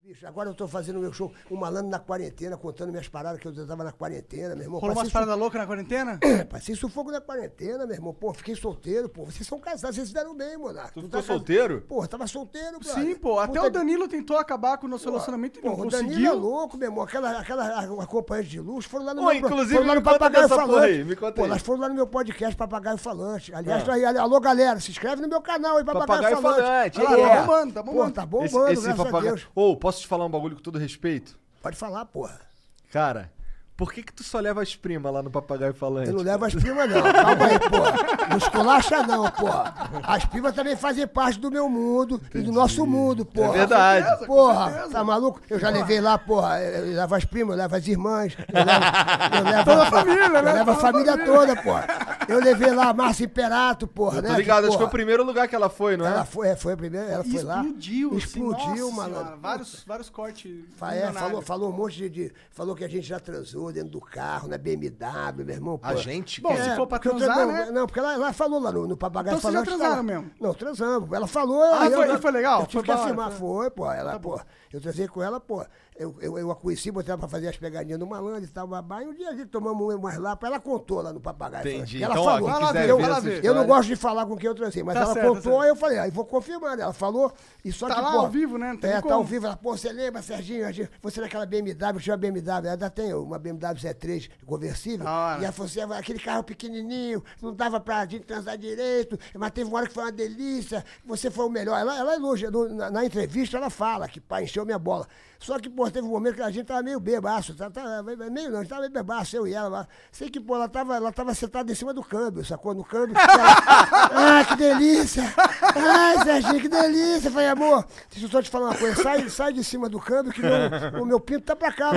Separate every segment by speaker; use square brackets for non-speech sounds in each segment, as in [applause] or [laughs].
Speaker 1: Bicho, agora eu tô fazendo meu show, o malandro na quarentena, contando minhas paradas que eu tava na quarentena, meu irmão.
Speaker 2: Rolou
Speaker 1: Passei
Speaker 2: umas
Speaker 1: su-
Speaker 2: paradas loucas
Speaker 1: [coughs]
Speaker 2: na quarentena?
Speaker 1: Passei sufoco na quarentena, meu irmão. Pô, fiquei solteiro, pô. Vocês são casados, vocês se deram bem, monarca. tá
Speaker 3: Tu ficou
Speaker 1: cas-
Speaker 3: solteiro?
Speaker 1: Pô, eu tava solteiro, brother.
Speaker 2: Sim, pô. Até
Speaker 1: Puta
Speaker 2: o Danilo tentou acabar com o nosso relacionamento e não
Speaker 1: Pô, o Danilo é
Speaker 2: conseguiu.
Speaker 1: louco, meu irmão. Aquela, aquela acompanhante de luxo foram lá no
Speaker 3: Ô,
Speaker 1: meu pro-
Speaker 3: inclusive,
Speaker 1: foram lá
Speaker 3: me
Speaker 1: no
Speaker 3: conta
Speaker 1: Papagaio
Speaker 3: dessa porra aí,
Speaker 1: Falante.
Speaker 3: me conta
Speaker 1: Pô,
Speaker 3: aí.
Speaker 1: elas foram lá no meu podcast Papagaio Falante. Aliás,
Speaker 3: Ah.
Speaker 1: tá aí, ali- alô, galera, se inscreve no meu canal aí, Papagaio,
Speaker 3: Papagaio
Speaker 1: Falante.
Speaker 3: Falante,
Speaker 1: Olha
Speaker 3: é.
Speaker 1: lá,
Speaker 3: Tá
Speaker 2: bombando, tá bombando.
Speaker 1: Pô, tá bombando,
Speaker 3: esse, esse
Speaker 1: graças a
Speaker 3: papagaio.
Speaker 1: Deus.
Speaker 3: Ô, posso te falar um bagulho com todo respeito?
Speaker 1: Pode falar, porra.
Speaker 3: Cara, por que que tu só leva as primas lá no papagaio falante?
Speaker 1: Eu não levo as primas, não. Calma aí, porra. Não esculacha, não, porra. As primas também fazem parte do meu mundo e do nosso mundo, porra.
Speaker 3: verdade. Com certeza,
Speaker 2: com
Speaker 1: Porra,
Speaker 2: certeza.
Speaker 1: tá maluco? Eu já levei lá, porra. Eu eu levo as primas, eu levo as irmãs. Eu levo, eu levo
Speaker 2: Toda a família, né?
Speaker 1: Eu levo a
Speaker 2: Toda a
Speaker 1: família toda, porra. Eu levei lá a Márcia Imperato, porra.
Speaker 3: Eu tô
Speaker 1: né?
Speaker 3: ligado, acho que foi
Speaker 1: porra,
Speaker 3: o primeiro lugar que ela foi, não é?
Speaker 1: Ela foi, é, foi a primeira, ela
Speaker 2: E
Speaker 1: foi lá.
Speaker 2: Explodiu, assim,
Speaker 1: Explodiu,
Speaker 2: nossa senhora,
Speaker 1: malandro.
Speaker 2: Vários, vários cortes.
Speaker 1: Fa- é, falou, falou um monte de, de- Falou que a gente já transou dentro do carro, na BMW, meu irmão.
Speaker 3: A
Speaker 1: pô.
Speaker 3: gente?
Speaker 2: Bom,
Speaker 3: quem
Speaker 2: se
Speaker 3: é?
Speaker 2: for pra
Speaker 1: Porque eu
Speaker 2: transar,
Speaker 1: transei-
Speaker 2: né?
Speaker 1: Não, porque ela, ela falou lá no, no papagaio
Speaker 2: Então vocês já
Speaker 1: Falante,
Speaker 2: transaram
Speaker 1: ela-
Speaker 2: mesmo? Ah,
Speaker 1: Não, transamos. Ela falou. eu-
Speaker 2: foi-
Speaker 1: eu-
Speaker 2: foi legal?
Speaker 1: Eu tive
Speaker 2: Foi
Speaker 1: que
Speaker 2: da hora,
Speaker 1: afirmar,
Speaker 2: foi- Tá
Speaker 1: foi, pô. Ela, pô. Eu transei com ela, pô. Eu, eu, eu a conheci, botei ela pra fazer as pegadinhas no malandro e tal, babá. E um dia a gente tomamos um mais lá, pô, ela contou lá no papagaio. Falante.
Speaker 3: Entendi.
Speaker 1: Ela
Speaker 3: Então, ó,
Speaker 1: falou.
Speaker 3: quem
Speaker 1: Ela
Speaker 2: quiser
Speaker 1: viu,
Speaker 2: ver
Speaker 1: ela
Speaker 2: essa
Speaker 1: viu. Eu
Speaker 3: história-
Speaker 1: não gosto de falar com quem eu transei, mas
Speaker 2: Tá
Speaker 1: ela
Speaker 2: certo, tá
Speaker 1: contou,
Speaker 2: certo.
Speaker 1: aí eu falei, aí vou confirmando. Ela falou e só
Speaker 2: Tá
Speaker 1: que,
Speaker 2: lá
Speaker 1: pô,
Speaker 2: ao vivo, né? Não tem
Speaker 1: É,
Speaker 2: nem
Speaker 1: tá ao
Speaker 2: como.
Speaker 1: vivo. Ela, pô, você lembra, Serginho, a gente- você é naquela BMW, eu tinha uma BMW, ainda tem uma BMW Z3 conversível.
Speaker 2: Da hora.
Speaker 1: E ela falou assim, aquele carro pequenininho, não dava pra gente transar direito, mas teve uma hora que foi uma delícia, você foi o melhor. Ela, ela elogia, no- na, na entrevista ela fala que pá, encheu minha bola. Só que, pô, teve um momento que a gente tava meio bebaço, tá, tá- meio não, a gente tava meio bebaço, eu e ela. lá. Sei que, pô, ela tava, ela tava sentada em cima do câmbio, sacou? No câmbio. ela, ah, que delícia! Ai, Serginho, que delícia! Eu falei, amor, deixa eu só te falar uma coisa, sai, sai de cima do câmbio que meu- o meu pinto tá pra cá, pô.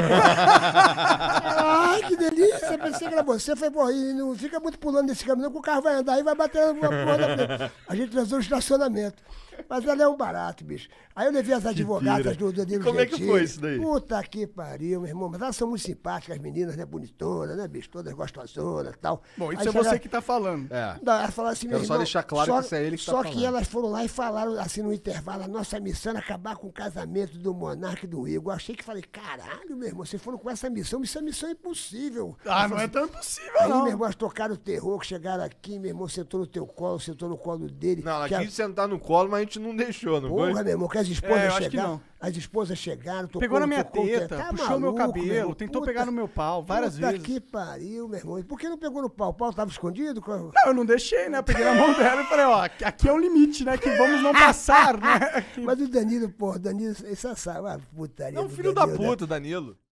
Speaker 1: Ai, Ah, que delícia! Pensei que era você. Falei, pô, e não fica muito pulando nesse caminho, não, que o carro vai andar aí, vai bater alguma porra. na frente. A gente transou no estacionamento. Mas ela é um barato, bicho. Aí eu levei as advogadas do Danilo
Speaker 3: E como é que
Speaker 1: Gentili.
Speaker 3: foi isso daí?
Speaker 1: Puta que pariu, meu irmão. Mas elas são muito simpáticas, as meninas, né? Bonitonas, né, bicho? Todas gostosonas e tal.
Speaker 2: Bom, isso
Speaker 1: Aí
Speaker 2: é você
Speaker 1: chega-
Speaker 2: que tá falando.
Speaker 3: É.
Speaker 1: não, elas falaram assim, meu
Speaker 3: Quero só
Speaker 1: irmão,
Speaker 3: deixar claro
Speaker 1: só-
Speaker 3: que isso é ele que tá
Speaker 1: Só que
Speaker 3: falando.
Speaker 1: elas foram lá e falaram assim no intervalo, a nossa missão era acabar com o casamento do Monarca e do Igor. Eu achei que falei, caralho, meu irmão, vocês foram com essa missão, isso é missão impossível. assim,
Speaker 2: Ah, não é tão impossível,
Speaker 1: Aí,
Speaker 2: não.
Speaker 1: meu irmão, elas tocaram o terror, que chegaram aqui, meu irmão, sentou no teu colo, sentou no colo dele.
Speaker 3: Não, ela
Speaker 1: que a-
Speaker 3: quis sentar no colo, mas a gente não deixou, não
Speaker 1: Porra,
Speaker 3: foi?
Speaker 1: meu irmão, que as
Speaker 2: É,
Speaker 1: esposas
Speaker 2: eu acho que
Speaker 1: chegaram.
Speaker 2: não.
Speaker 1: As esposas chegaram, tocou, tá
Speaker 2: Pegou na minha
Speaker 1: tocou,
Speaker 2: teta, puxou meu cabelo, tentou pegar no meu pau várias
Speaker 1: puta
Speaker 2: vezes.
Speaker 1: que pariu, meu irmão. E por que não pegou no pau? O pau tava escondido? Qual-
Speaker 2: Não, eu não deixei, né? Eu peguei na mão [laughs] dela e falei, ó, aqui aqui é o limite, né? Que
Speaker 1: [laughs]
Speaker 2: vamos não passar, né? Aqui-
Speaker 1: Mas o Danilo, porra, o Danilo, essa sabe, ah, putaria.
Speaker 3: É um
Speaker 1: do
Speaker 3: filho da
Speaker 1: Danilo, né?
Speaker 3: puta, Danilo.